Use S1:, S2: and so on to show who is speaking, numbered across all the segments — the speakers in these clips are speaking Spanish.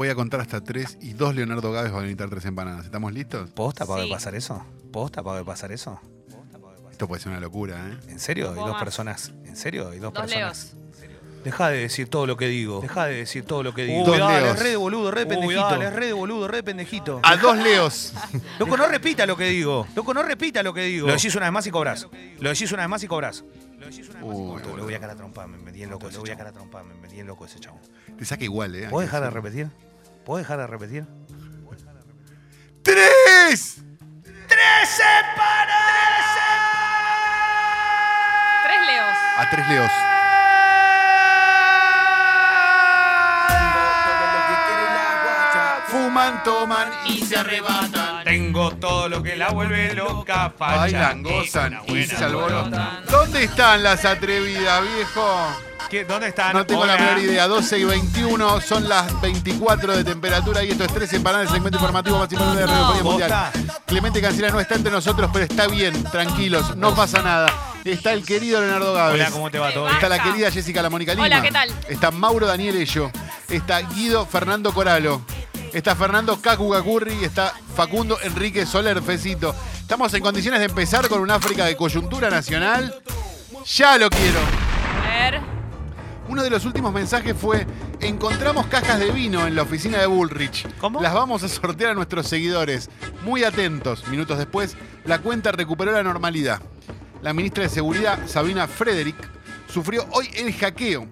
S1: Voy a contar hasta tres y dos Leonardo Gávez va a invitar tres empanadas. ¿Estamos listos?
S2: ¿Posta para
S3: Sí.
S2: pasar eso? ¿Posta para pasar eso?
S1: Esto puede ser una locura, ¿eh?
S2: ¿En serio?
S3: No
S2: ¿Hay
S3: puedo
S2: dos
S3: más.
S2: personas? ¿En serio? ¿Hay dos,
S3: Dos
S2: personas? Deja de decir todo lo que digo. Deja de decir todo lo que digo.
S1: Dos
S2: Uy, dale,
S1: leos.
S2: es re de boludo, re de
S4: Uy,
S2: pendejito. Ah,
S4: dale,
S2: es re de boludo, re de pendejito.
S1: A dos Leos.
S2: Loco, no repita lo que digo. Loco, no repita lo que digo. Lo decís una vez más y cobrás. Lo decís una vez más y cobrás. Lo decís una vez más y
S1: Uy,
S2: cobrás.
S1: boludo.
S2: Lo voy a cara trompa, me metí en loco. Lo voy a cara trompa, me metí en loco ese chabón.
S1: Te saca igual, ¿eh?
S2: ¿Puedo dejar de repetir? ¿Puedo dejar de repetir?
S1: ¡Tres!
S3: Tres leos.
S1: A tres Leos. Fuman, toman y se arrebatan.
S2: Tengo todo lo que la vuelve loca,
S1: Bailan, gozan y se alborotan. ¿Dónde están las atrevidas, viejo?
S2: ¿Qué? ¿Dónde están?
S1: No tengo la
S2: Hola.
S1: menor idea. 12 y 21 son las 24 de temperatura y esto es 13 empanadas, el segmento informativo más importante de la Radiofonía Mundial.
S2: Bota.
S1: Clemente Cancela no está entre nosotros, pero está bien, tranquilos, no pasa nada. Está el querido Leonardo Gávez.
S2: Hola, ¿cómo te va todo? bien?
S1: Está la querida Jessica La Mónica Lima.
S3: Hola, ¿qué tal?
S1: Está Mauro Daniel Ello. Está Guido Fernando Coralo. Está Fernando Kaku Gacurri y está Facundo Enrique Soler Fecito. Estamos en condiciones de empezar con un África de coyuntura nacional. Ya lo quiero.
S3: A ver.
S1: Uno de los últimos mensajes fue: encontramos cajas de vino en la oficina de Bullrich.
S2: ¿Cómo?
S1: Las vamos a sortear a nuestros seguidores. Muy atentos. Minutos después, la cuenta recuperó la normalidad. La ministra de Seguridad, Sabina Frederick, sufrió hoy el hackeo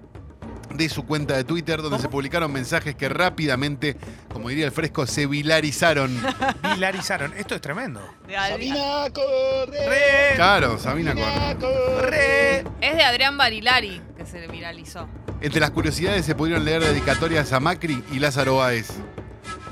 S1: de su cuenta de Twitter, donde se publicaron mensajes que rápidamente, como diría el fresco, se vilarizaron.
S2: Pilarizaron. Esto es tremendo.
S3: de Adri-
S5: Sabina, corre,
S2: Re,
S1: Claro, Sabina. Corra.
S2: re.
S3: Es de Adrián Barilari que se le viralizó.
S1: Entre las curiosidades se pudieron leer dedicatorias a Macri y Lázaro Báez.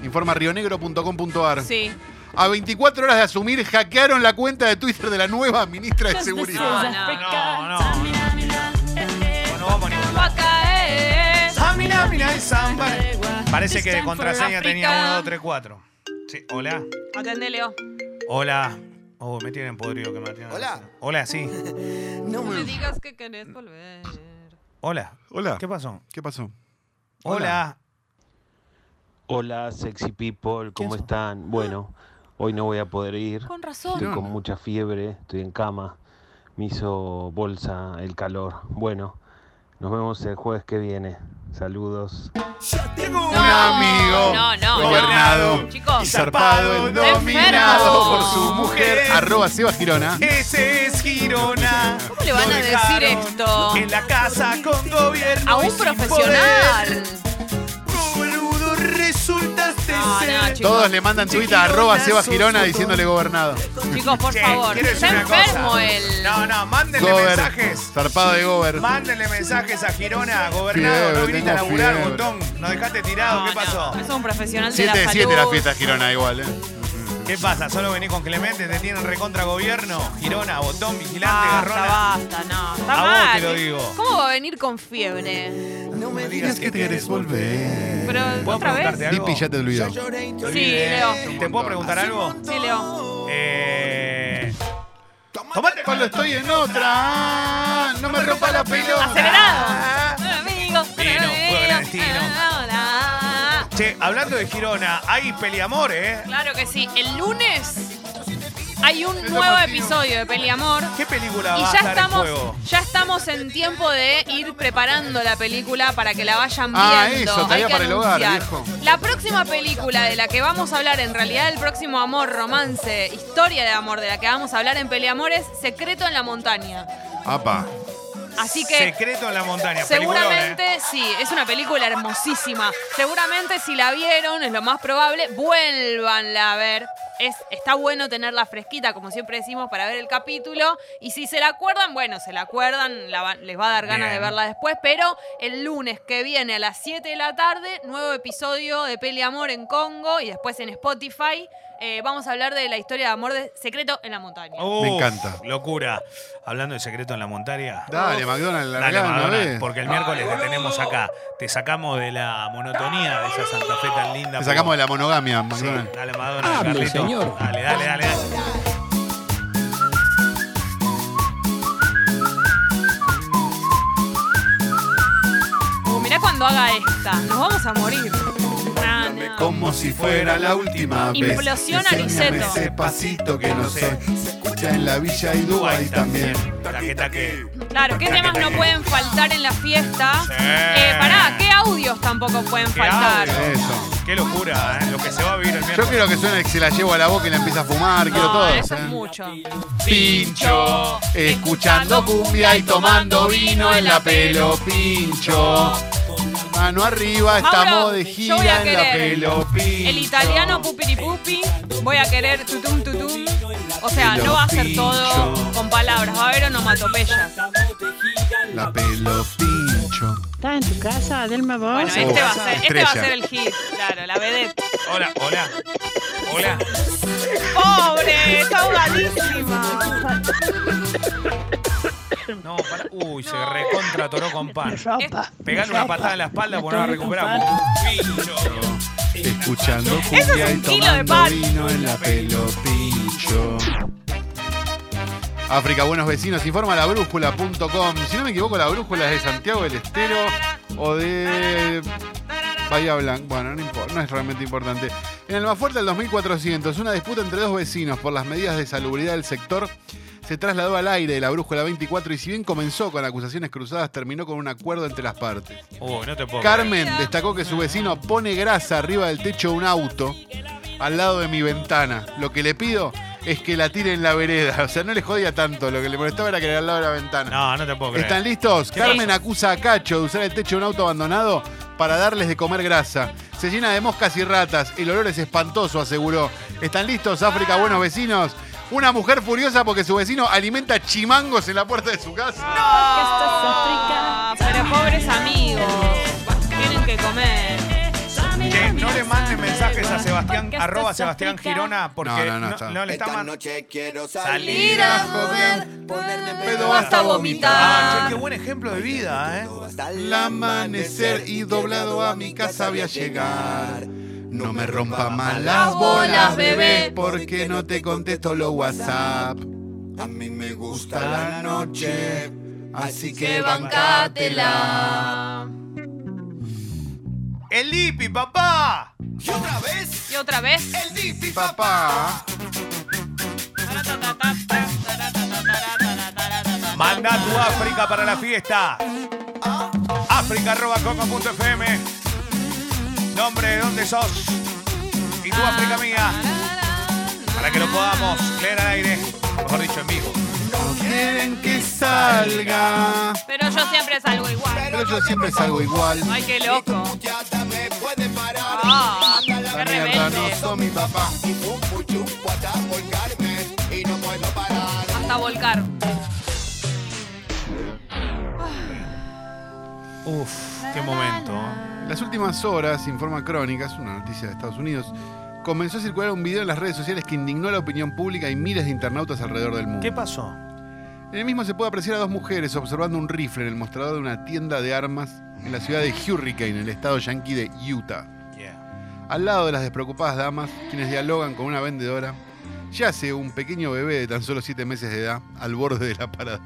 S1: Informa
S2: Ah.
S1: rionegro.com.ar.
S3: Sí.
S1: A 24 horas de asumir, hackearon la cuenta de Twitter de la nueva ministra de
S3: No,
S1: Seguridad.
S3: no, no.
S2: No, no. no.
S3: eh,
S2: No, no vamos a ningún
S3: Va
S2: lado.
S3: a caer.
S2: Samina, mina de samba. Parece que de contraseña tenía
S3: África.
S2: 1, 2, 3, 4. Sí, hola.
S3: Atendé, Leo.
S2: Hola. Oh, me tienen podrido que me atiendan.
S4: Hola.
S2: Hola, sí.
S3: No me digas que querés volver.
S2: Hola.
S1: Hola.
S2: ¿Qué pasó?
S1: ¿Qué pasó?
S2: Hola.
S6: Hola, sexy people, ¿cómo
S2: sos?
S6: están? Bueno, hoy no voy a poder ir.
S3: Con
S6: Estoy
S3: razón.
S1: No,
S6: con
S1: no.
S6: mucha fiebre, estoy en cama. Me hizo bolsa el calor. Bueno, nos vemos el jueves que viene. Saludos.
S3: Un
S1: amigo
S3: No, no. no.
S1: gobernado.
S3: Chicos.
S1: Zarpado, dominado por su mujer, arroba Seba Girona.
S2: Ese es Girona.
S3: ¿Cómo le van
S2: Lo
S3: a decir
S2: dejaron
S3: esto?
S2: En la casa con gobierno.
S3: A
S2: y
S3: un
S2: sin
S3: profesional.
S2: poder. Boludo, resultaste
S3: No, no,
S2: ser.
S3: chicos.
S1: Todos le mandan tweet a arroba Seba Girona diciéndole gobernado.
S3: Chicos, por
S2: Che,
S3: favor.
S2: quiero decir
S3: Está
S2: una cosa.
S3: enfermo el.
S2: No, no, mándenle
S1: Gober.
S2: mensajes.
S1: Zarpado de gober.
S2: Mándenle mensajes a Girona, gobernado,
S1: Fiebre,
S2: no viniste a
S1: tengo
S2: laburar,
S1: fiebre.
S2: botón. Nos dejaste tirado,
S3: No,
S2: ¿qué
S3: no,
S2: pasó?
S3: Es un profesional de la
S1: 7 de
S3: salud.
S1: 7 la fiesta Girona igual, ¿eh?
S2: ¿Qué pasa? ¿Solo venís con Clemente? ¿Te tienen recontra gobierno? Girona, botón, vigilante,
S3: Ah,
S2: garrona.
S3: Basta, basta, no. Está
S2: A vos
S3: mal.
S2: te lo digo.
S3: ¿Cómo va a venir con fiebre?
S1: Me digas que te querés volver.
S3: Pero
S2: ¿Puedo
S3: otra
S2: preguntarte
S3: vez.
S2: algo?
S1: Dipi ya te olvidó.
S3: Sí, Leo.
S2: ¿Te puedo preguntar algo?
S3: Sí, Leo.
S2: Eh. Tomate.
S1: Cuando estoy en otra, no me rompa la pelota.
S3: Acelerado. Hola, amigos.
S2: Vino,
S3: Hola,
S2: juego
S3: amigos.
S2: clandestino.
S3: Hola.
S2: Che, hablando de Girona, hay peliamor, ¿eh?
S3: Claro que sí. El lunes hay un nuevo
S1: deportivo.
S3: episodio de Peliamor.
S2: ¿Qué película
S3: Y
S2: va a
S3: ya
S2: estar
S3: estamos,
S2: en juego?
S3: ya estamos en tiempo de ir preparando la película para que la vayan viendo.
S1: Ah, eso,
S3: Hay
S1: tarea
S3: que
S1: para el hogar,
S3: anunciar.
S1: viejo.
S3: La próxima película de la que vamos a hablar, en realidad el próximo amor, romance, historia de amor de la que vamos a hablar en Peliamor es Secreto en la Montaña.
S1: Apa.
S3: Así que
S2: Secreto en la montaña,
S3: Seguramente,
S2: peliculón, ¿eh?
S3: sí, es una película hermosísima. Seguramente si la vieron, es lo más probable, vuélvanla a ver. Es, está bueno tenerla fresquita, como siempre decimos, para ver el capítulo. Y si se la acuerdan, bueno, se la acuerdan, la va- les va a dar ganas de
S2: Bien.
S3: verla después. Pero el lunes que viene a las 7 de la tarde, nuevo episodio de Peli Amor en Congo y después en Spotify. eh, vamos a hablar de la historia de amor de secreto en la montaña.
S2: Uf,
S1: Me encanta.
S2: Locura. Hablando de secreto en la montaña.
S1: Dale, McDonald's, la
S2: Dale,
S1: una
S2: Madonna,
S1: vez.
S2: porque el miércoles la tenemos acá. Te sacamos de la monotonía de esa Santa Fe tan linda.
S1: Te sacamos de la monogamia,
S2: Sí,
S1: McDonald's.
S2: dale, Madonna, Carlito.
S4: señor.
S2: Dale, dale, dale. dale. Oh.
S3: Uh, mirá cuando haga esta, nos vamos a morir. Na,
S1: como si fuera la última vez.
S3: Implosión a
S1: Enséñame
S3: Niceto.
S1: ese pasito que no sé. Se escucha en la villa y Dubái también.
S2: Taque, taque.
S3: Claro, ¿qué temas no pueden faltar en la fiesta?
S2: Sí.
S3: Eh, pará, ¿qué audios tampoco pueden
S2: ¿Qué
S3: faltar?
S2: audios?
S1: Eso.
S2: Qué locura, ¿eh? Lo que se va a vivir el
S1: Yo
S2: miércoles.
S1: quiero que suene que se la llevo a la boca y la empieza a fumar, quiero
S3: No,
S1: todo.
S3: eso
S1: ¿eh?
S3: es mucho.
S1: Pincho, escuchando cumbia y tomando vino en la pelo, pincho. Mano arriba,
S3: Mauro,
S1: estamos de
S3: yo voy a
S1: gira en la
S3: querer
S1: pelo, pincho.
S3: El italiano pupiripupi, voy a querer tutum tutum. O sea, no va a ser todo con palabras, va a haber onomatopeyas.
S1: La pelo, pincho.
S4: ¿Estás en tu casa, Delma vos?
S3: Bueno, este va a ser, este va a
S1: Estrella.
S3: ser el hit, claro, la vedette.
S2: Hola, hola. Hola.
S3: ¡Pobre! ¡Está ahogadísima!
S2: No, para. Uy, se recontra atoró con pan.
S4: ropa.
S2: Pegale una patada en la espalda porque no la recuperamos. Pincho.
S1: Escuchando
S3: Eso
S1: cumbia
S3: es
S1: y
S3: un kilo de
S1: tomando
S3: pan.
S1: vino en la pelo, pincho. África, buenos vecinos, informa la brújula.com. Si no me equivoco, la brújula es de Santiago del Estero o de Bahía Blanca, bueno, no, impo- no es realmente importante. En el más fuerte del 2400, una disputa entre dos vecinos por las medidas de salubridad del sector se trasladó al aire de la brújula 24 y si bien comenzó con acusaciones cruzadas, terminó con un acuerdo entre las partes.
S2: Uy, no te puedo. creer.
S1: Carmen destacó que su vecino pone grasa arriba del techo de un auto al lado de mi ventana. Lo que le pido es que la tire en la vereda. O sea, no le jodía tanto, lo que le molestaba era que era al lado de la ventana.
S2: No, no te puedo creer.
S1: ¿Están listos?
S2: ¿Qué
S1: Carmen
S2: pasa?
S1: acusa a Cacho de usar el techo de un auto abandonado para darles de comer grasa. Se llena de moscas y ratas. El olor es espantoso, aseguró. ¿Están listos, África, buenos vecinos? Una mujer furiosa porque su vecino alimenta chimangos en la puerta de su casa.
S3: Ah, Pero pobres amigos, tienen que comer.
S2: Che, no le manden mensajes a Sebastián, arroba Sebastián Girona, porque
S1: No, no,
S2: no,
S1: no, está-
S2: no le está
S5: Esta
S2: mandando.
S5: noche quiero
S2: Salir
S5: salir
S2: a
S5: a joder, ponerme
S1: Pero
S5: pedo
S1: hasta
S5: hasta
S1: vomitar.
S5: vomitar.
S2: Ah, che, qué buen ejemplo de vida, ¿eh?
S5: Hasta
S1: El amanecer y doblado a mi casa voy a llegar. No me rompa más las bolas, bebé, porque no te contesto los WhatsApp.
S5: A mí me gusta la noche,
S1: Así
S5: así
S1: que
S5: que
S1: bancátela.
S5: bancátela.
S2: ¡El Lipi, papá!
S5: Y otra vez,
S3: Y otra vez.
S5: el Dipi
S1: Papá,
S2: Manda tu África para la fiesta. África arroba coco.fm. Nombre, de ¿dónde sos? Y tu África mía, para que lo podamos leer al aire. Mejor dicho, en vivo.
S1: no quieren que salga.
S3: Pero yo siempre salgo igual.
S1: Pero yo siempre salgo igual.
S3: Ay, qué loco.
S5: puteada me puede parar.
S3: Ah, qué
S1: La mierda no
S3: rebelde.
S1: son mi papá.
S5: Y pum, pum, chupo hasta volcarme y no puedo parar.
S3: Hasta volcar.
S2: Uf, qué momento. ¿eh?
S1: En las últimas horas, informa Crónicas, una noticia de Estados Unidos, comenzó a circular un video en las redes sociales que indignó a la opinión pública y miles de internautas alrededor del mundo.
S2: ¿Qué pasó?
S1: En el mismo se puede apreciar a dos mujeres observando un rifle en el mostrador de una tienda de armas en la ciudad de Hurricane, en el estado yankee de Utah.
S2: Yeah.
S1: Al lado de las despreocupadas damas, quienes dialogan con una vendedora, yace un pequeño bebé de tan solo 7 meses de edad al borde de la parada.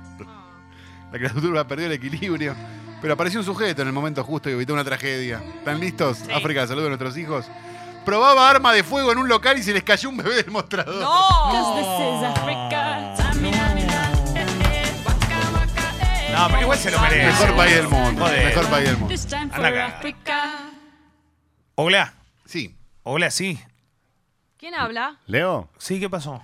S1: La criatura perdió el equilibrio, pero apareció un sujeto en el momento justo y evitó una tragedia. ¿Están listos? África, saludos a nuestros hijos. Probaba arma de fuego en un local y se les cayó un bebé del mostrador.
S3: No.
S2: No, pero igual se lo merece.
S1: Mejor país del mundo.
S2: Joder.
S1: Mejor país del mundo.
S2: Anda acá. Hola.
S1: Sí.
S2: Hola, sí.
S3: ¿Quién habla?
S7: Leo,
S2: Sí, ¿qué pasó?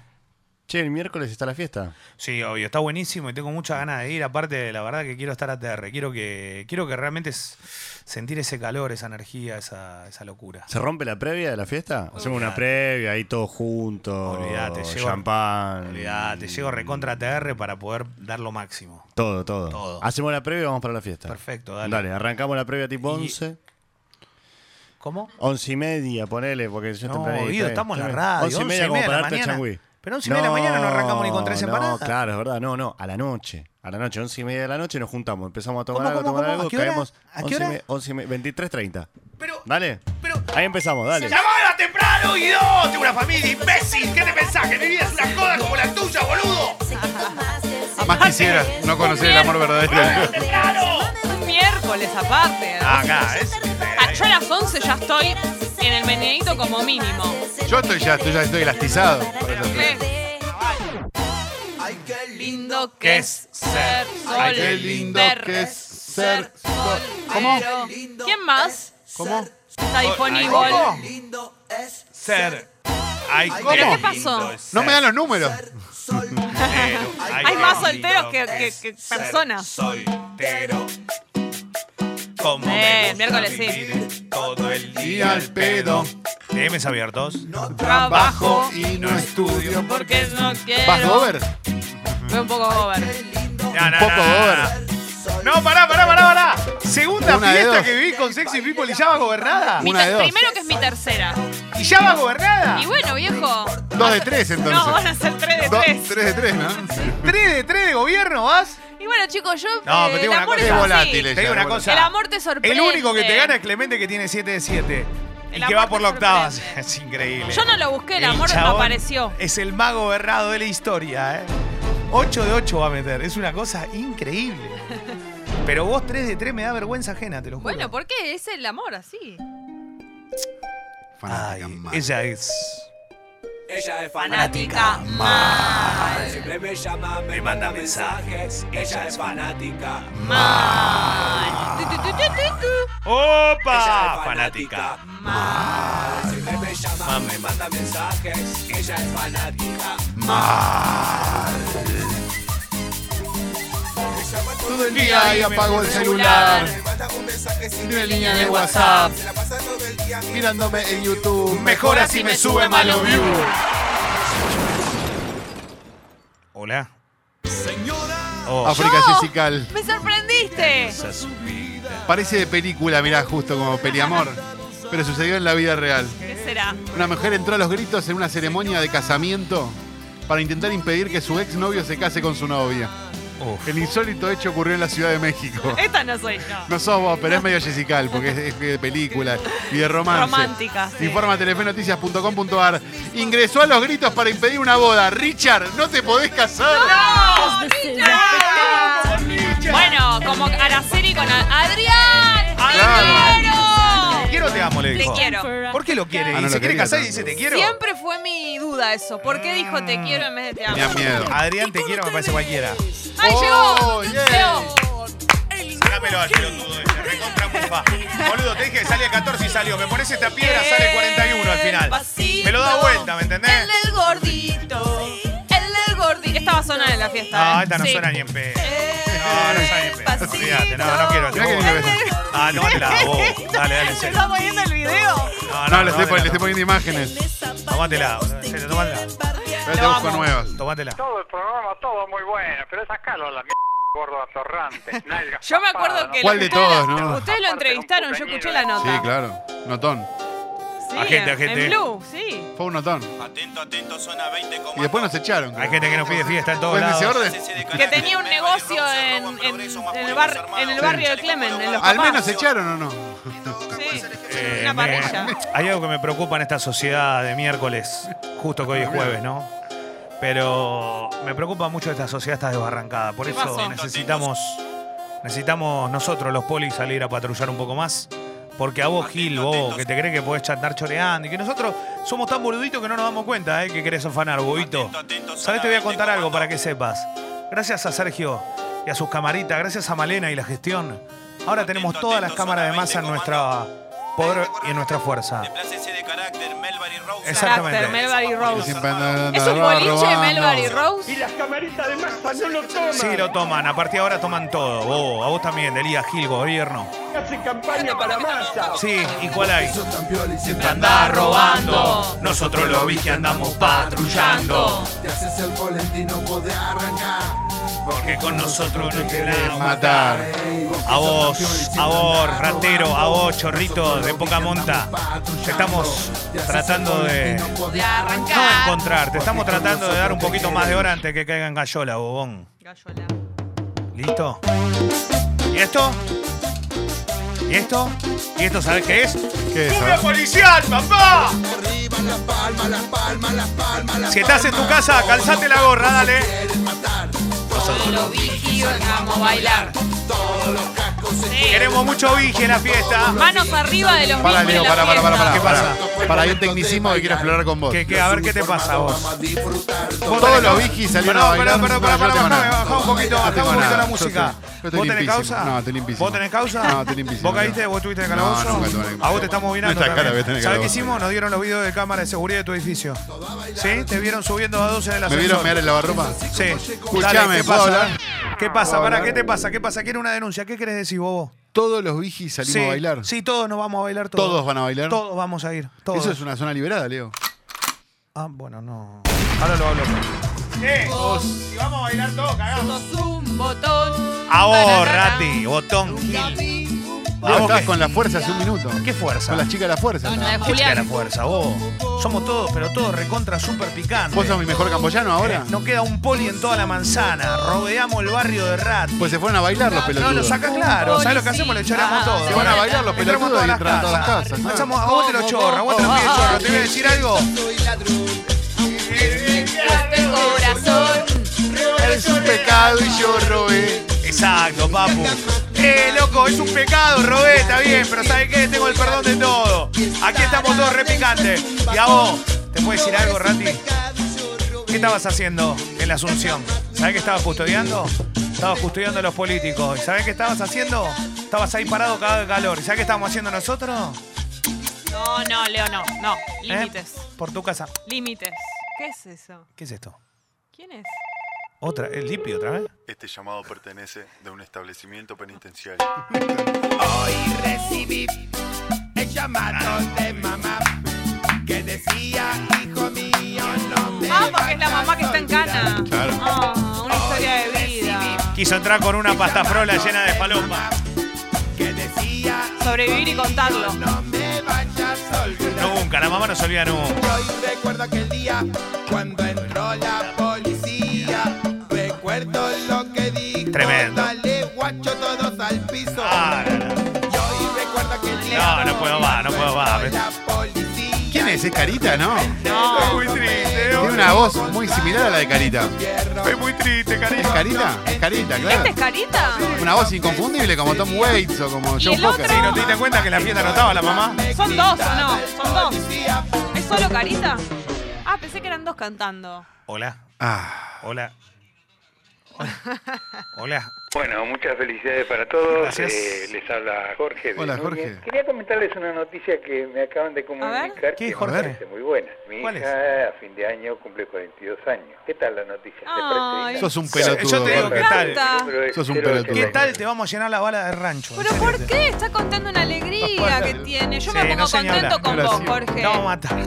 S7: che, el miércoles está la fiesta.
S2: Sí, obvio, está buenísimo y tengo muchas ganas de ir. Aparte, la verdad que quiero estar a TR. Quiero que, quiero que realmente s- sentir ese calor, esa energía, esa, esa locura.
S7: ¿Se rompe la previa de la fiesta? Hacemos una previa ahí todos juntos.
S2: Olvídate, llego-
S7: champán.
S2: Olvidá, te llego recontra TR para poder dar lo máximo.
S7: Todo, todo,
S2: Todo.
S7: Hacemos la previa y vamos para la fiesta.
S2: Perfecto, dale.
S7: Dale, arrancamos la previa tipo
S2: Y-
S7: 11.
S2: ¿Cómo?
S7: 11 y media, ponele, porque yo
S2: No,
S7: tempranito,
S2: Guido,
S7: eh,
S2: estamos en la
S7: tempranito.
S2: radio,
S7: 11 y
S2: 11
S7: media
S2: y
S7: como
S2: media de
S7: para
S2: la
S7: darte a
S2: mañana.
S7: changüí.
S2: Pero 11 y media de la mañana no arrancamos ni con tres
S7: no,
S2: empanadas.
S7: claro, es verdad. No, no, a la noche. A la noche, 11 y media de la noche nos juntamos. Empezamos a tomar
S2: ¿Cómo,
S7: algo,
S2: cómo,
S7: tomar
S2: cómo? ¿A
S7: algo,
S2: qué hora?
S7: caemos
S2: ¿A qué
S7: 11 y
S2: hora?
S7: me- 11 y me- 23.30.
S2: Pero,
S7: Dale.
S2: pero.
S7: Ahí empezamos, dale.
S2: ¡Llamala temprano, Guido! Tengo una familia, imbécil. ¿Qué te pensás? Que mi vida es una coda como la tuya, boludo.
S1: Más
S3: Ah,
S1: quisiera no conocer el amor verdadero.
S2: temprano!
S3: Un miércoles aparte.
S2: Acá, es.
S3: Ah, Yo a las 11 ya estoy en el meneíto como mínimo.
S1: Yo estoy ya, estoy, ya estoy elastizado. por eso.
S3: Qué
S5: Ay, qué lindo.
S3: lindo que es ser sol.
S1: Ay, qué lindo que es ser sol.
S3: ¿Cómo?
S5: Qué lindo
S3: ¿Quién más
S1: ¿Cómo?
S3: está disponible?
S2: ¿Cómo?
S5: lindo es
S2: Ser. Ay,
S1: ¿Cómo?
S2: lindo
S1: ¿Qué
S3: pasó?
S2: es
S1: No
S2: ser
S1: me dan los números.
S5: sol.
S2: soltero. Ay,
S3: Hay
S2: qué
S3: más
S2: lindo
S3: solteros que- que-
S2: es
S3: que
S2: ser
S3: personas.
S2: Soltero. Como
S3: Eh,
S2: me gusta
S3: miércoles sí.
S2: vivir todo el
S1: Y
S2: día
S1: al
S2: al pedo.
S1: pedo.
S2: DMs abiertos.
S1: Trabajo y no estudio.
S3: Porque no quiero.
S1: ¿Vas over?
S3: Fue un poco over.
S2: No, no,
S1: poco
S2: no, no,
S1: over.
S2: No, No, pará, pará, pará, pará. Segunda
S1: Una de
S2: fiesta
S1: dos.
S2: que viví con Sexy People y ya va gobernada.
S3: Mi
S1: Una de
S3: ter-
S1: dos.
S3: primero que es mi tercera.
S2: Y ya va gobernada.
S3: Y bueno, viejo.
S1: Dos de tres, entonces.
S3: No, van a ser tres de
S1: Dos-
S3: tres.
S1: tres de tres, ¿no?
S2: ¿Tres de tres de gobierno vas?
S3: Y bueno, chicos, yo.
S2: No,
S3: eh,
S2: pero
S3: el
S2: tengo una
S3: amor
S2: cosa.
S1: Es
S3: así.
S1: volátil ella.
S2: Te digo una
S1: es
S2: cosa.
S1: volátil.
S3: El amor te sorprende.
S2: eh. El único que te gana es Clemente que tiene 7 de 7.
S3: El
S2: Y que va
S3: amor
S2: por
S3: te
S2: la octava.
S3: sorprende.
S2: Es increíble.
S3: Yo no lo busqué, el amor
S2: chabón
S3: apareció.
S2: Es el mago berrado de la historia, ¿eh? 8 de 8 va a meter. Es una cosa increíble. Pero vos 3 de 3 me da vergüenza ajena, te lo juro.
S3: Bueno, ¿por qué? Es el amor así.
S2: Ay,
S1: Fanática mal.
S2: ella es.
S8: Ella es
S3: Fanática mal.
S8: Siempre me llama, me manda mensajes. Ella es fanática.
S3: Mal. Tu, tu, tu, tu, tu, tu.
S2: ¡Opa! Fanática.
S3: Mal.
S8: Siempre me llama, me manda mensajes. Ella es fanática.
S1: Todo el día y apago el celular. Tiene línea de WhatsApp. Mirándome en YouTube.
S2: Mejor
S1: Mejora
S2: así
S1: si
S2: me sube malo
S1: view.
S2: Hola. Señora.
S1: África
S3: Yo.
S1: Jessical.
S3: Me sorprendiste.
S1: Parece de película, mirá, justo como Peliamor. Pero sucedió en la vida real.
S3: ¿Qué será?
S1: Una mujer entró a los gritos en una ceremonia de casamiento para intentar impedir que su exnovio se case con su novia. El insólito hecho ocurrió en la Ciudad de México.
S3: Esta no soy yo.
S1: No sos vos, pero es medio jessical, porque es, es de película y de romance.
S3: Romántica, sí.
S1: Informa telefenoticias.com.ar. Ingresó a los gritos para impedir una boda. Richard, no te podés casar.
S3: ¡Oh, Bueno, como Araceli con a- Adrián. ¡Te
S2: Claro.
S3: quiero!
S2: Quiero te amo, le
S3: Te
S2: dijo.
S3: quiero.
S2: ¿Por qué lo quiere?
S1: Ah, no
S2: y
S1: lo
S2: se quiere
S1: quería
S2: casar y
S1: tanto.
S2: dice te quiero.
S3: Siempre fue mi duda eso. ¿Por qué dijo te quiero en vez de te amo?
S1: Tenía miedo.
S2: Adrián, te quiero, me parece cualquiera.
S3: ¡Ay,
S1: Oh,
S3: llegó!
S1: yeah.
S3: Llegó.
S2: Sácamelo al pelotudo ese, recontra mufa. Boludo, te dije que salía 14 y salió. Me pones esta piedra, sale 41 al final. Me lo da vuelta, ¿me entendés?
S3: El del gordito. El del gordito. Esta va a sonar en la fiesta.
S2: No,
S3: ¿eh?
S2: Ah, esta no
S3: Sí. Eh.
S2: suena ni en pedo. No, no suena ni en pedo.
S3: Despacito.
S2: Olvídate, no, no quiero
S1: Mirá que ni lo ves.
S2: hacer. Ah, no, dale la vos. Dale, dale, en
S3: ¿Te
S2: serio.
S3: está poniendo el video?
S2: No, eh,
S1: No, le estoy, pon- le estoy
S2: tómatela.
S1: poniendo imágenes.
S2: Tómatela, en serio, tómatela.
S1: Ahora te busco nuevas.
S2: Tómatela.
S9: Todo el programa, todo muy bueno, pero sacalo a la mierda, gordo atorrante. nalga
S3: Yo me acuerdo
S9: zapada,
S3: que.
S1: ¿Cuál
S3: lo-
S1: de
S3: ustedes
S1: todos,
S3: lo-
S1: no?
S3: Ustedes lo entrevistaron, yo escuché la
S1: Sí,
S3: nota.
S1: claro. Notón.
S3: Sí,
S2: Agente,
S3: en-
S2: agente.
S3: En Blue, sí.
S1: Fue un notón.
S8: Atento, atento, zona 20,
S1: Y después nos echaron.
S2: Hay gente que nos pide fiesta en
S1: ¿Fue
S2: todos
S1: en ese
S2: lados.
S1: orden?
S3: Que tenía un negocio en, en- en el, bar- en el barrio de Clemen, en los
S1: Al
S3: papás.
S1: menos echaron o no.
S3: Sí.
S2: Eh,
S3: Una
S2: me-
S3: parrilla.
S2: hay algo que me preocupa en esta sociedad de miércoles, justo que hoy es jueves, ¿no? Pero me preocupa mucho esta sociedad está desbarrancada. Por
S3: ¿Qué
S2: eso
S3: pasó?
S2: necesitamos necesitamos nosotros los polis salir a patrullar un poco más. Porque a vos, Gil, vos, que te crees que podés andar choreando y que nosotros somos tan boluditos que no nos damos cuenta, ¿eh? Que querés afanar, bobito. ¿Sabes? Te voy a contar algo para que sepas. Gracias a Sergio y a sus camaritas, gracias a Malena y la gestión, ahora tenemos todas las cámaras de masa en nuestra poder y en nuestra fuerza.
S3: Carácter,
S2: Exactamente.
S3: Melbar y
S1: Y
S3: Rose.
S1: siempre andan-
S5: Este
S3: ¿Es un
S1: andaban
S3: boliche de
S1: robando.
S3: Melbar y Rose?
S2: Sí, lo toman. A partir de ahora toman todo. Vos, a vos también, Elías Gil, gobierno. Sí, ¿y cuál hay? Siempre anda robando. Nosotros los vi que andamos patrullando. Porque con nosotros no queremos
S1: Matar.
S2: A vos, a vos, ratero, a vos, chorrito de poca monta. Te estamos tratando de
S3: De
S2: no
S3: arrancar.
S2: encontrar, te estamos tratando de dar un poquito más de hora antes que caiga en gallola, bobón.
S3: Gallola.
S2: ¿Listo? ¿Y esto? ¿Y esto? ¿Y esto sabes qué es?
S1: ¿Qué es eso?
S2: ¡Cumbia policial, papá! Si estás en tu casa, calzate la gorra, dale.
S3: Todo lo vigio, vamos a bailar.
S2: Queremos mucho Vigi en la fiesta.
S3: Manos arriba de los
S1: Para,
S3: mismos
S1: Leo,
S3: en la
S1: para, para, para,
S3: fiesta.
S1: para.
S2: ¿Qué
S1: Para,
S2: pasa?
S1: Para, hay un tecnicismo que quiero explorar con vos.
S2: Que, que, a ver qué te pasa a vos.
S1: Todos los Vigis salieron a bailar.
S2: Perdón,
S1: No,
S2: perdón, perdón, pará,
S1: yo no
S2: pará,
S1: tengo
S2: bajame,
S1: nada.
S2: bajá un poquito,
S1: No
S2: bajá
S1: tengo
S2: un poquito
S1: nada.
S2: la
S1: Yo
S2: música.
S1: estoy- yo estoy
S2: ¿Vos tenés
S1: limpísimo.
S2: causa?
S1: No, estoy limpísimo.
S2: ¿Vos tenés causa?
S1: No, estoy limpísimo,
S2: ¿Vos caíste?
S1: Leo.
S2: ¿Vos tuviste en el
S1: No,
S2: calabozo?
S1: nunca tuve en el
S2: a vos te estamos mirando.
S1: Esta cara que
S2: también.
S1: tenés en el
S2: ¿Sabés qué
S1: calabozo.
S2: hicimos? Nos dieron los videos de cámara de seguridad de tu edificio. ¿Sí? Te vieron subiendo a 12 en el
S1: ¿Me vieron
S2: ascensor.
S1: mear el lavarropa?
S2: Sí.
S1: Escuchame,
S2: Dale, ¿qué
S1: ¿puedo
S2: pasa?
S1: hablar?
S2: ¿Qué pasa?
S1: ¿Puedo
S2: ¿Para
S1: hablar?
S2: qué te pasa? ¿Qué pasa? Quiero una denuncia. ¿Qué querés decir, Bobo?
S1: Todos los Vigis salimos
S2: sí,
S1: a bailar.
S2: Sí, todos nos vamos a bailar todos.
S1: Todos van a bailar.
S2: Todos vamos a ir. Todos.
S1: Eso es una zona liberada, Leo.
S2: Ah, bueno, no. Ahora lo hablo. Eh, si vamos a bailar todos, cagamos.
S3: Sos un botón.
S2: A vos,
S3: Banana.
S2: Rati, botón.
S1: Leo,
S2: Vamos,
S1: estabas
S2: que-
S1: con la fuerza hace un minuto.
S2: ¿Qué fuerza?
S1: Con las chicas de la fuerza.
S3: Con la de
S1: estabas.
S2: ¿Qué chica
S3: Julián.
S2: la fuerza, vos? Somos todos, pero todos recontra súper picantes.
S1: ¿Vos sos mi mejor camboyano ahora?
S2: Eh, No queda un poli en toda la manzana. Rodeamos el barrio de Rati.
S1: Pues se fueron a bailar los
S2: no,
S1: pelotudos.
S2: lo saca claro. ¿Sabes lo que hacemos? Lo choramos todo.
S1: Se van a bailar los
S2: Entramos
S1: pelotudos y
S2: a
S1: entran a todas las casas. ¿no?
S2: Pasamos a vos te lo chorro, a vos también chorro. Te voy a decir algo.
S3: Este corazón.
S1: Es un pecado y yo robé.
S2: Exacto, papu. Eh, loco, es un pecado, Robé, está bien, pero ¿sabes qué? Tengo el perdón de todo. Aquí estamos todos repicantes. Y a vos, ¿te puedo decir algo, Rati? ¿Qué estabas haciendo en la Asunción? ¿Sabés que estabas custodiando? Estabas custodiando a los políticos. ¿Y sabés qué estabas haciendo? Estabas ahí parado cagado de calor. ¿Y sabés qué estábamos haciendo nosotros?
S3: No, no, Leo, no. No.
S2: ¿Eh?
S3: Límites.
S2: Por tu casa.
S3: Límites. ¿Qué es eso?
S2: ¿Qué es esto?
S3: ¿Quién es?
S2: ¿Otra? ¿El lipi otra vez?
S10: Este llamado pertenece de un establecimiento penitenciario.
S8: Hoy recibí el llamado de mamá que decía, hijo mío, no me
S3: Ah, porque es la mamá que está en cana.
S1: Claro.
S3: Ah, una historia de vida.
S2: Quiso entrar con una pastafrola llena de paloma.
S3: Sobrevivir y contarlo.
S2: Nunca, la mamá no se olvida nunca.
S8: Hoy recuerdo aquel día cuando entró la policía. Recuerdo lo que dijo.
S2: Tremendo.
S8: Dale, guacho, todos al piso.
S2: Ah, no, no.
S8: Y hoy recuerdo aquel día.
S2: No, no puedo más, no puedo más.
S8: La policía.
S1: ¿Quién es? ¿Es Carita, no?
S2: No, muy triste.
S1: Tiene una voz muy similar a la de Carita.
S2: Es muy triste,
S1: ¿Es
S2: cariño.
S1: Carita? Es Carita,
S3: ¿Este
S1: claro.
S3: es Carita?
S1: Una voz inconfundible como Tom Waits o como
S3: ¿Y
S1: Joe
S3: el otro?
S1: Cocker.
S2: Sí, ¿no te diste cuenta que en la fiesta no estaba la mamá?
S3: ¿Son dos o no? ¿Son dos? ¿Es solo Carita? Ah, pensé que eran dos cantando.
S2: Hola,
S1: Ah,
S2: hola. Hola.
S9: Bueno, muchas felicidades para todos.
S2: Gracias.
S9: Eh, les habla Jorge. de
S1: Hola,
S9: Núñez.
S1: Jorge.
S9: Quería comentarles una noticia que me acaban de
S3: A
S9: comunicar
S2: ¿Qué,
S9: que
S2: Jorge?
S9: me parece muy buena. Mi
S2: ¿Cuál es?
S9: hija a fin de año cumple 42 años. ¿Qué tal la noticia? ¿Te
S3: Ay.
S9: parece
S1: sos un
S2: Yo- yo
S1: pelotudo.
S2: te digo
S1: Jorge.
S2: ¿qué tal?
S9: bien?
S3: Canta.
S9: El número es
S1: Sos un
S9: 089.
S1: pelotudo.
S2: ¿Qué tal te vamos a llenar la bala de rancho? en
S3: ¿Pero
S2: serio,
S3: por
S2: te-
S3: qué? Está contando una alegría que tiene. Yo me
S2: Sí,
S3: pongo
S2: no, señora.
S3: contento con vos,
S1: Gracias.
S3: Jorge.
S2: Te vamos a matar.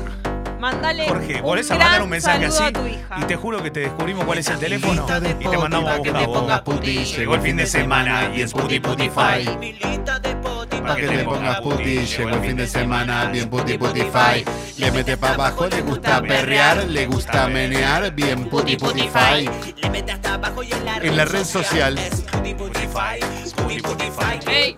S3: Mandale
S2: Jorge,
S3: un
S2: volvés a
S3: gran
S2: mandar un mensaje así
S3: saludo a tu hija.
S2: y te juro que te descubrimos cuál es el teléfono
S8: de
S2: y te mandamos a
S8: poti,
S2: buscar a
S8: pa' que te
S2: vos.
S8: pongas puti.
S2: Llegó el fin de semana y es puti putify.
S8: Milita de poti,
S1: Pa' que te pongas puti, llegó el fin de semana, bien puti putify. Le mete pa' abajo, le gusta perrear, le gusta menear, bien puti putify.
S8: Le mete hasta abajo y en la
S1: En la red social.
S8: es puti, putify, puti, putify.
S3: Ey,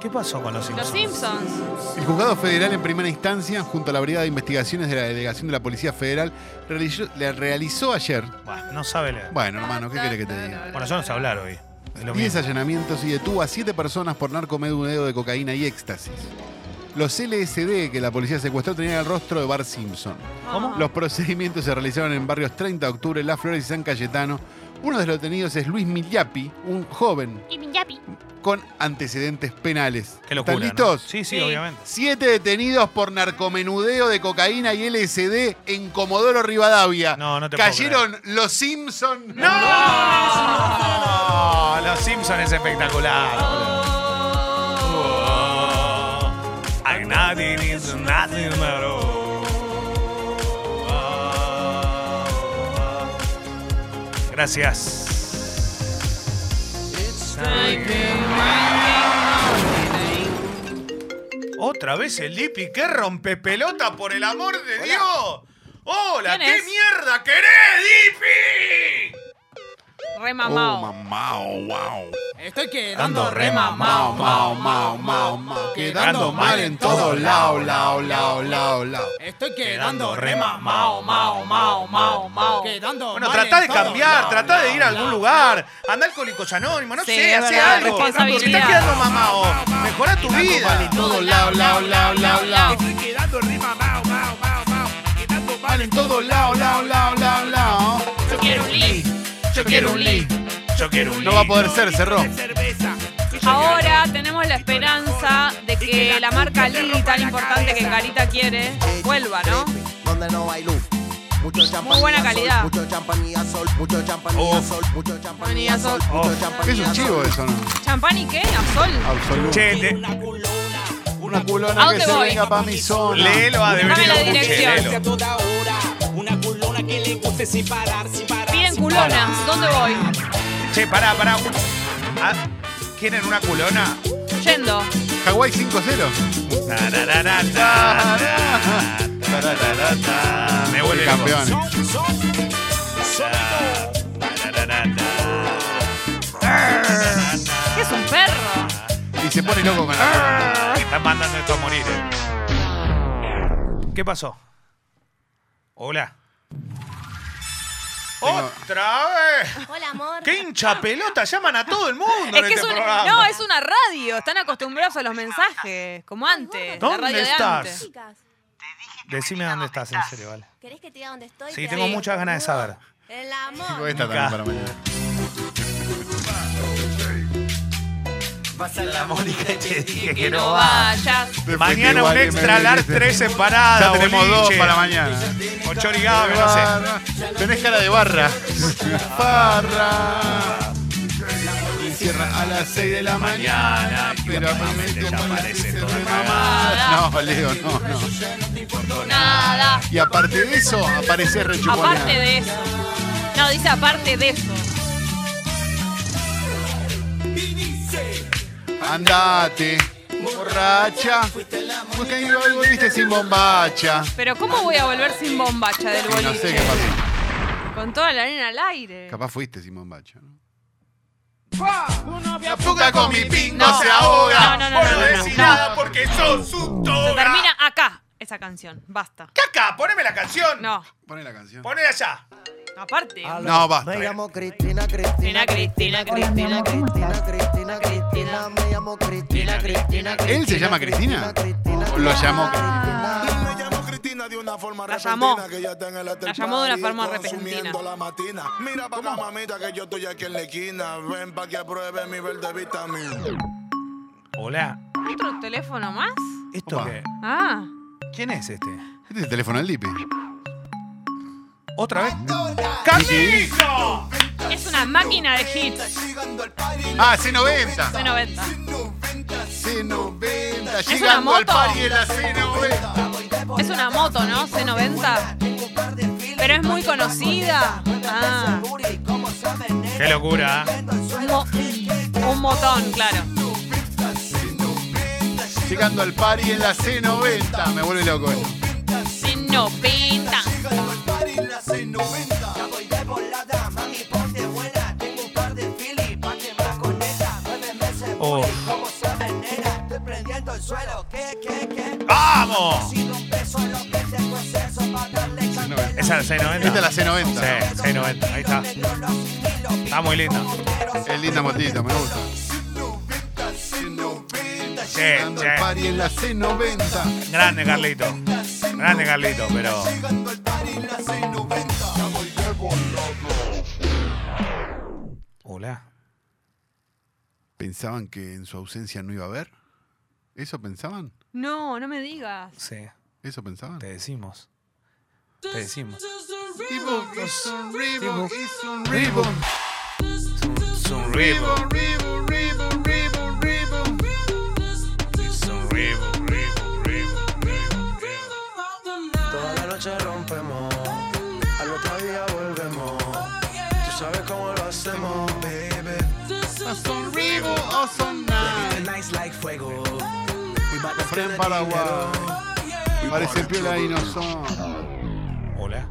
S2: ¿Qué pasó con los
S3: los
S2: Simpsons?
S3: Simpsons.
S1: El juzgado federal en primera instancia, junto a la Brigada de Investigaciones de la Delegación de la Policía Federal, realizó, le realizó ayer.
S2: Bah, No sabe leer.
S1: Bueno, hermano, ¿qué querés que te diga?
S2: Bueno, yo no sé hablar hoy. Es lo
S1: 10
S2: mismo.
S1: allanamientos y detuvo a 7 personas por narcomeduneo de cocaína y éxtasis. Los LSD que la policía secuestró tenían el rostro de Bart Simpson.
S2: ¿Cómo?
S1: Los procedimientos se realizaron en barrios 30 de octubre, Las Flores y San Cayetano. Uno de los detenidos es Luis Millapi, un joven con antecedentes penales.
S2: Qué locura.
S1: ¿Están
S2: ¿no?
S1: listos?
S2: Sí, sí,
S3: Sí.
S2: obviamente.
S1: Siete detenidos por narcomenudeo de cocaína y LSD en Comodoro Rivadavia.
S2: No, no te puedo
S1: Cayeron los Simpson.
S2: ¡No! Los Simpsons es espectacular. boludo. And nothing is nothing at all. Gracias. Otra Otra vez el Lipi, qué rompepelota, por el amor de Dios. Hola,
S3: ¿Quién
S2: qué
S3: es?
S2: mierda querés, Lipi. Oh,
S3: Remamado.
S1: mamao, wow.
S11: Estoy
S1: Ando
S11: quedando
S1: re mamao, mao, mao, mao, mao. Quedando mal en todo lao, lao, lao, lao, lao.
S11: Estoy quedando
S2: re
S11: re mamao, mao, mao, mao, mao. Quedando
S2: Bueno,
S11: mal
S2: tratá
S11: en
S2: de
S11: todo
S2: cambiar,
S11: lado,
S2: tratá de
S11: lado,
S2: ir a algún
S11: lado.
S2: lugar. Andá alcohólicos anónimos, no
S3: Sí,
S2: sé,
S3: es
S2: hace
S3: verdad,
S2: algo.
S3: responsabilidad.
S2: Si estás quedando mamao, mejora tu vida.
S1: Todo lao, lao, lao, lao, lao.
S8: Estoy quedando rima, mao, mao, mao, mao. Quedando mal
S1: Mal en todo lao, lao, lao, lao, lao.
S8: Yo quiero un li, yo quiero un li, yo quiero un li.
S1: No va a poder ser, cerró.
S3: Ahora tenemos la esperanza de que la marca Lili, tan importante que Carita quiere, vuelva, ¿no?
S5: Donde no hay luz. Mucho champán
S3: buena
S5: y azul,
S3: calidad.
S5: Mucho champán y azul, mucho champán y
S2: Oh.
S5: azul, mucho champán y
S3: Manía
S5: azul,
S3: sol.
S5: mucho
S2: Oh.
S5: champán
S1: Es
S5: y
S1: un
S5: azul.
S1: chivo eso, ¿no?
S3: ¿Champán y qué? ¿Azul?
S1: Absoluto.
S2: Che, le-
S1: Una
S3: ¿A
S1: culona que
S3: dónde
S1: se
S3: voy?
S1: venga pa' mi zona.
S2: léelo a
S3: Dame la
S2: debería
S3: dirección.
S2: léelo.
S8: toda hora. Una culona que le guste sin parar, sin
S2: Ah,
S8: parar.
S3: Bien culonas, ¿dónde voy?
S2: Che, pará, pará. Ah, ¿Quieren una culona?
S3: Yendo.
S1: Hawái 5-0.
S2: Me vuelve loco.
S1: Campeón.
S3: ¿Qué es un perro?
S1: Y se pone loco con
S2: Ah,
S1: la.
S2: Me Están mandando esto a morir. eh. ¿Qué pasó? Hola. ¡Otra vez!
S12: Hola, amor.
S2: ¡Qué hincha pelota! Llaman a todo el mundo en
S3: Es que
S2: este
S3: es un,
S2: programa.
S3: no, es una radio. Están acostumbrados a los mensajes, como antes. la
S2: ¿Dónde
S3: radio de
S2: estás?
S3: antes.
S12: Chicas,
S2: Decime dónde estás, en serio, vale.
S12: ¿querés que te diga dónde estoy?
S2: Sí,
S12: Te
S2: tengo
S12: digo.
S2: muchas ganas de saber.
S12: El amor.
S1: Esta también para mañana.
S8: Pasa la Mónica y te dije
S3: Que no vayas.
S2: Mañana un extra
S1: lar
S2: large 3 en parada.
S1: Ya tenemos dos
S2: boliche.
S1: para mañana.
S2: Con chorigame, no sé.
S1: Barra. Tenés cara de barra. barra. Y cierra a las 6 de la mañana. Pero a mí me
S2: aparece
S1: aparece
S2: toda
S1: mamada. No, Leo, no, no.
S3: Nada.
S1: Y aparte de eso, aparece rechuponeado.
S3: Aparte de eso. No, dice aparte de eso.
S1: Andate, borracha. Porque ahí volviste sin bombacha.
S3: Pero ¿cómo voy a volver sin bombacha del
S1: Y
S3: boliche?
S1: no sé qué pasó.
S3: Con toda la arena al aire.
S1: Capaz fuiste sin bombacha. ¿no?
S2: La puta con mi pingo
S3: No.
S2: se ahoga.
S3: No, no, no,
S2: Vos
S3: no, no,
S2: decís
S3: no.
S2: nada porque sos un
S3: Se
S2: toga.
S3: termina acá esa canción. Basta.
S2: Caca, poneme la canción.
S3: No.
S1: Poné la canción.
S2: Ponela allá.
S3: Aparte.
S1: No, basta.
S5: Me llamo Cristina, Cristina,
S3: Cristina, Cristina, Cristina, Cristina.
S5: Cristina, Cristina, Cristina, me llamo Cristina, Cristina, Cristina.
S1: ¿Él se llama Cristina? ¿O lo llamó Cristina?
S3: Ah,
S8: llamo Cristina de una forma
S3: La llamó.
S8: repentina, que ya está en el after
S3: La llamó de
S8: party,
S3: una forma
S8: consumiendo
S3: repentina.
S8: la matina. Mira pa' acá, mamita, que yo estoy aquí en la esquina. Ven pa' que apruebe mi verde vitamina.
S2: Hola.
S3: ¿Otro teléfono más?
S2: ¿Esto
S1: Opa.
S2: qué?
S3: Ah.
S2: ¿Quién es este?
S1: Este es el teléfono del Lipi.
S2: ¿Otra vez? ¡Camilo!
S3: Es una máquina de hits.
S1: Ah, C90.
S3: C90.
S1: C90.
S3: una
S1: Llegando al
S3: moto?
S1: party de la C90.
S3: Es una moto, ¿no? C90. Pero es muy conocida. Ah.
S2: ¡Qué locura!
S3: Un, mo- un motón, claro.
S1: Llegando al party en la C90. Me vuelve loco esto.
S3: C90.
S2: Oh. ¡Vamos! Esa es la C90.
S1: Esta es la C90.
S2: Sí, C90. Ahí está. Está muy linda.
S1: Es linda motita, me gusta.
S2: Che,
S1: Llegando al
S2: che.
S1: party en la C90.
S2: Grande Carlito. Grande Carlito, pero. Hola.
S1: ¿Pensaban que en su ausencia no iba a haber? ¿Eso pensaban?
S3: No, no me digas.
S2: Sí,
S1: ¿Eso pensaban?
S2: te decimos. Te decimos.
S1: Reebok is on Reebok
S2: Reebok.
S1: is on Reebok.
S2: Es un
S1: Reebok, Reebok, Reebok, Reebok, Reebok.
S2: Es un ribo, ribo, ribo, ribo, ribo.
S5: Toda la noche rompemos, al otro día volvemos. Tú sabes cómo lo hacemos, baby.
S1: Is on Reebok, is on Nike.
S5: Nice like fuego. We
S1: Fren Paraguay. Parece piola y no son.
S2: Hola.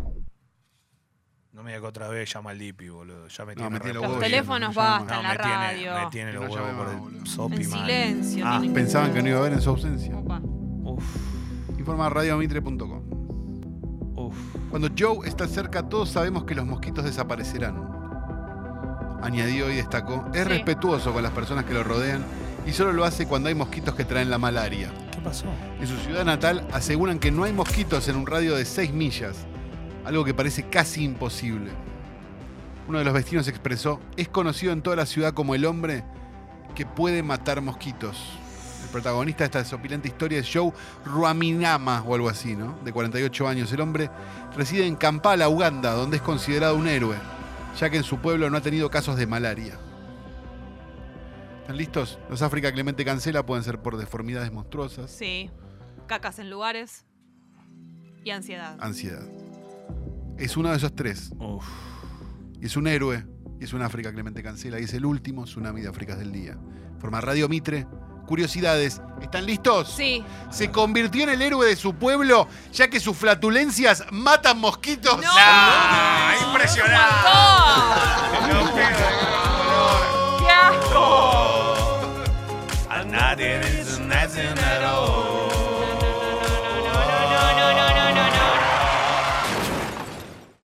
S2: No me digas que otra vez llama al Dipi, boludo. Ya me tiene
S1: me tiene
S2: re
S1: los huevos
S2: podrido.
S3: Los teléfonos bastan,
S2: No,
S3: la
S2: me tiene-
S3: radio.
S2: me tiene los
S1: no
S2: huevos
S1: llame
S2: por
S1: más,
S2: el sopi,
S3: En
S2: man.
S3: silencio.
S2: Ah,
S3: tienen
S1: Pensaban que no iba a haber en su ausencia.
S3: Opa.
S1: Informa radioamitre.com. Cuando Joe está cerca, todos sabemos que los mosquitos desaparecerán. Añadió y destacó. Es
S3: Sí.
S1: respetuoso con las personas que lo rodean y solo lo hace cuando hay mosquitos que traen la malaria.
S2: ¿Qué pasó?
S1: En su ciudad natal aseguran que no hay mosquitos en un radio de 6 millas, algo que parece casi imposible. Uno de los vecinos expresó, es conocido en toda la ciudad como el hombre que puede matar mosquitos. El protagonista de esta desopilante historia es Joe Ruaminama, o algo así, ¿no? De 48 años. El hombre reside en Kampala, Uganda, donde es considerado un héroe, ya que en su pueblo no ha tenido casos de malaria. ¿Están listos? Los África Clemente Cancela pueden ser por deformidades monstruosas.
S3: Sí. Cacas en lugares. Y ansiedad.
S1: ansiedad. Es uno de esos tres.
S2: Uf.
S1: Y es un héroe. Y es un África Clemente Cancela. Y es el último tsunami de Áfricas del Día. Forma Radio Mitre. Curiosidades. ¿Están listos?
S3: Sí.
S1: Se convirtió en el héroe de su pueblo, ya que sus flatulencias matan mosquitos.
S2: ¡Nah! ¡Impresionante! No
S3: ¡Qué asco!
S2: I'm not in it, it's nothing at all.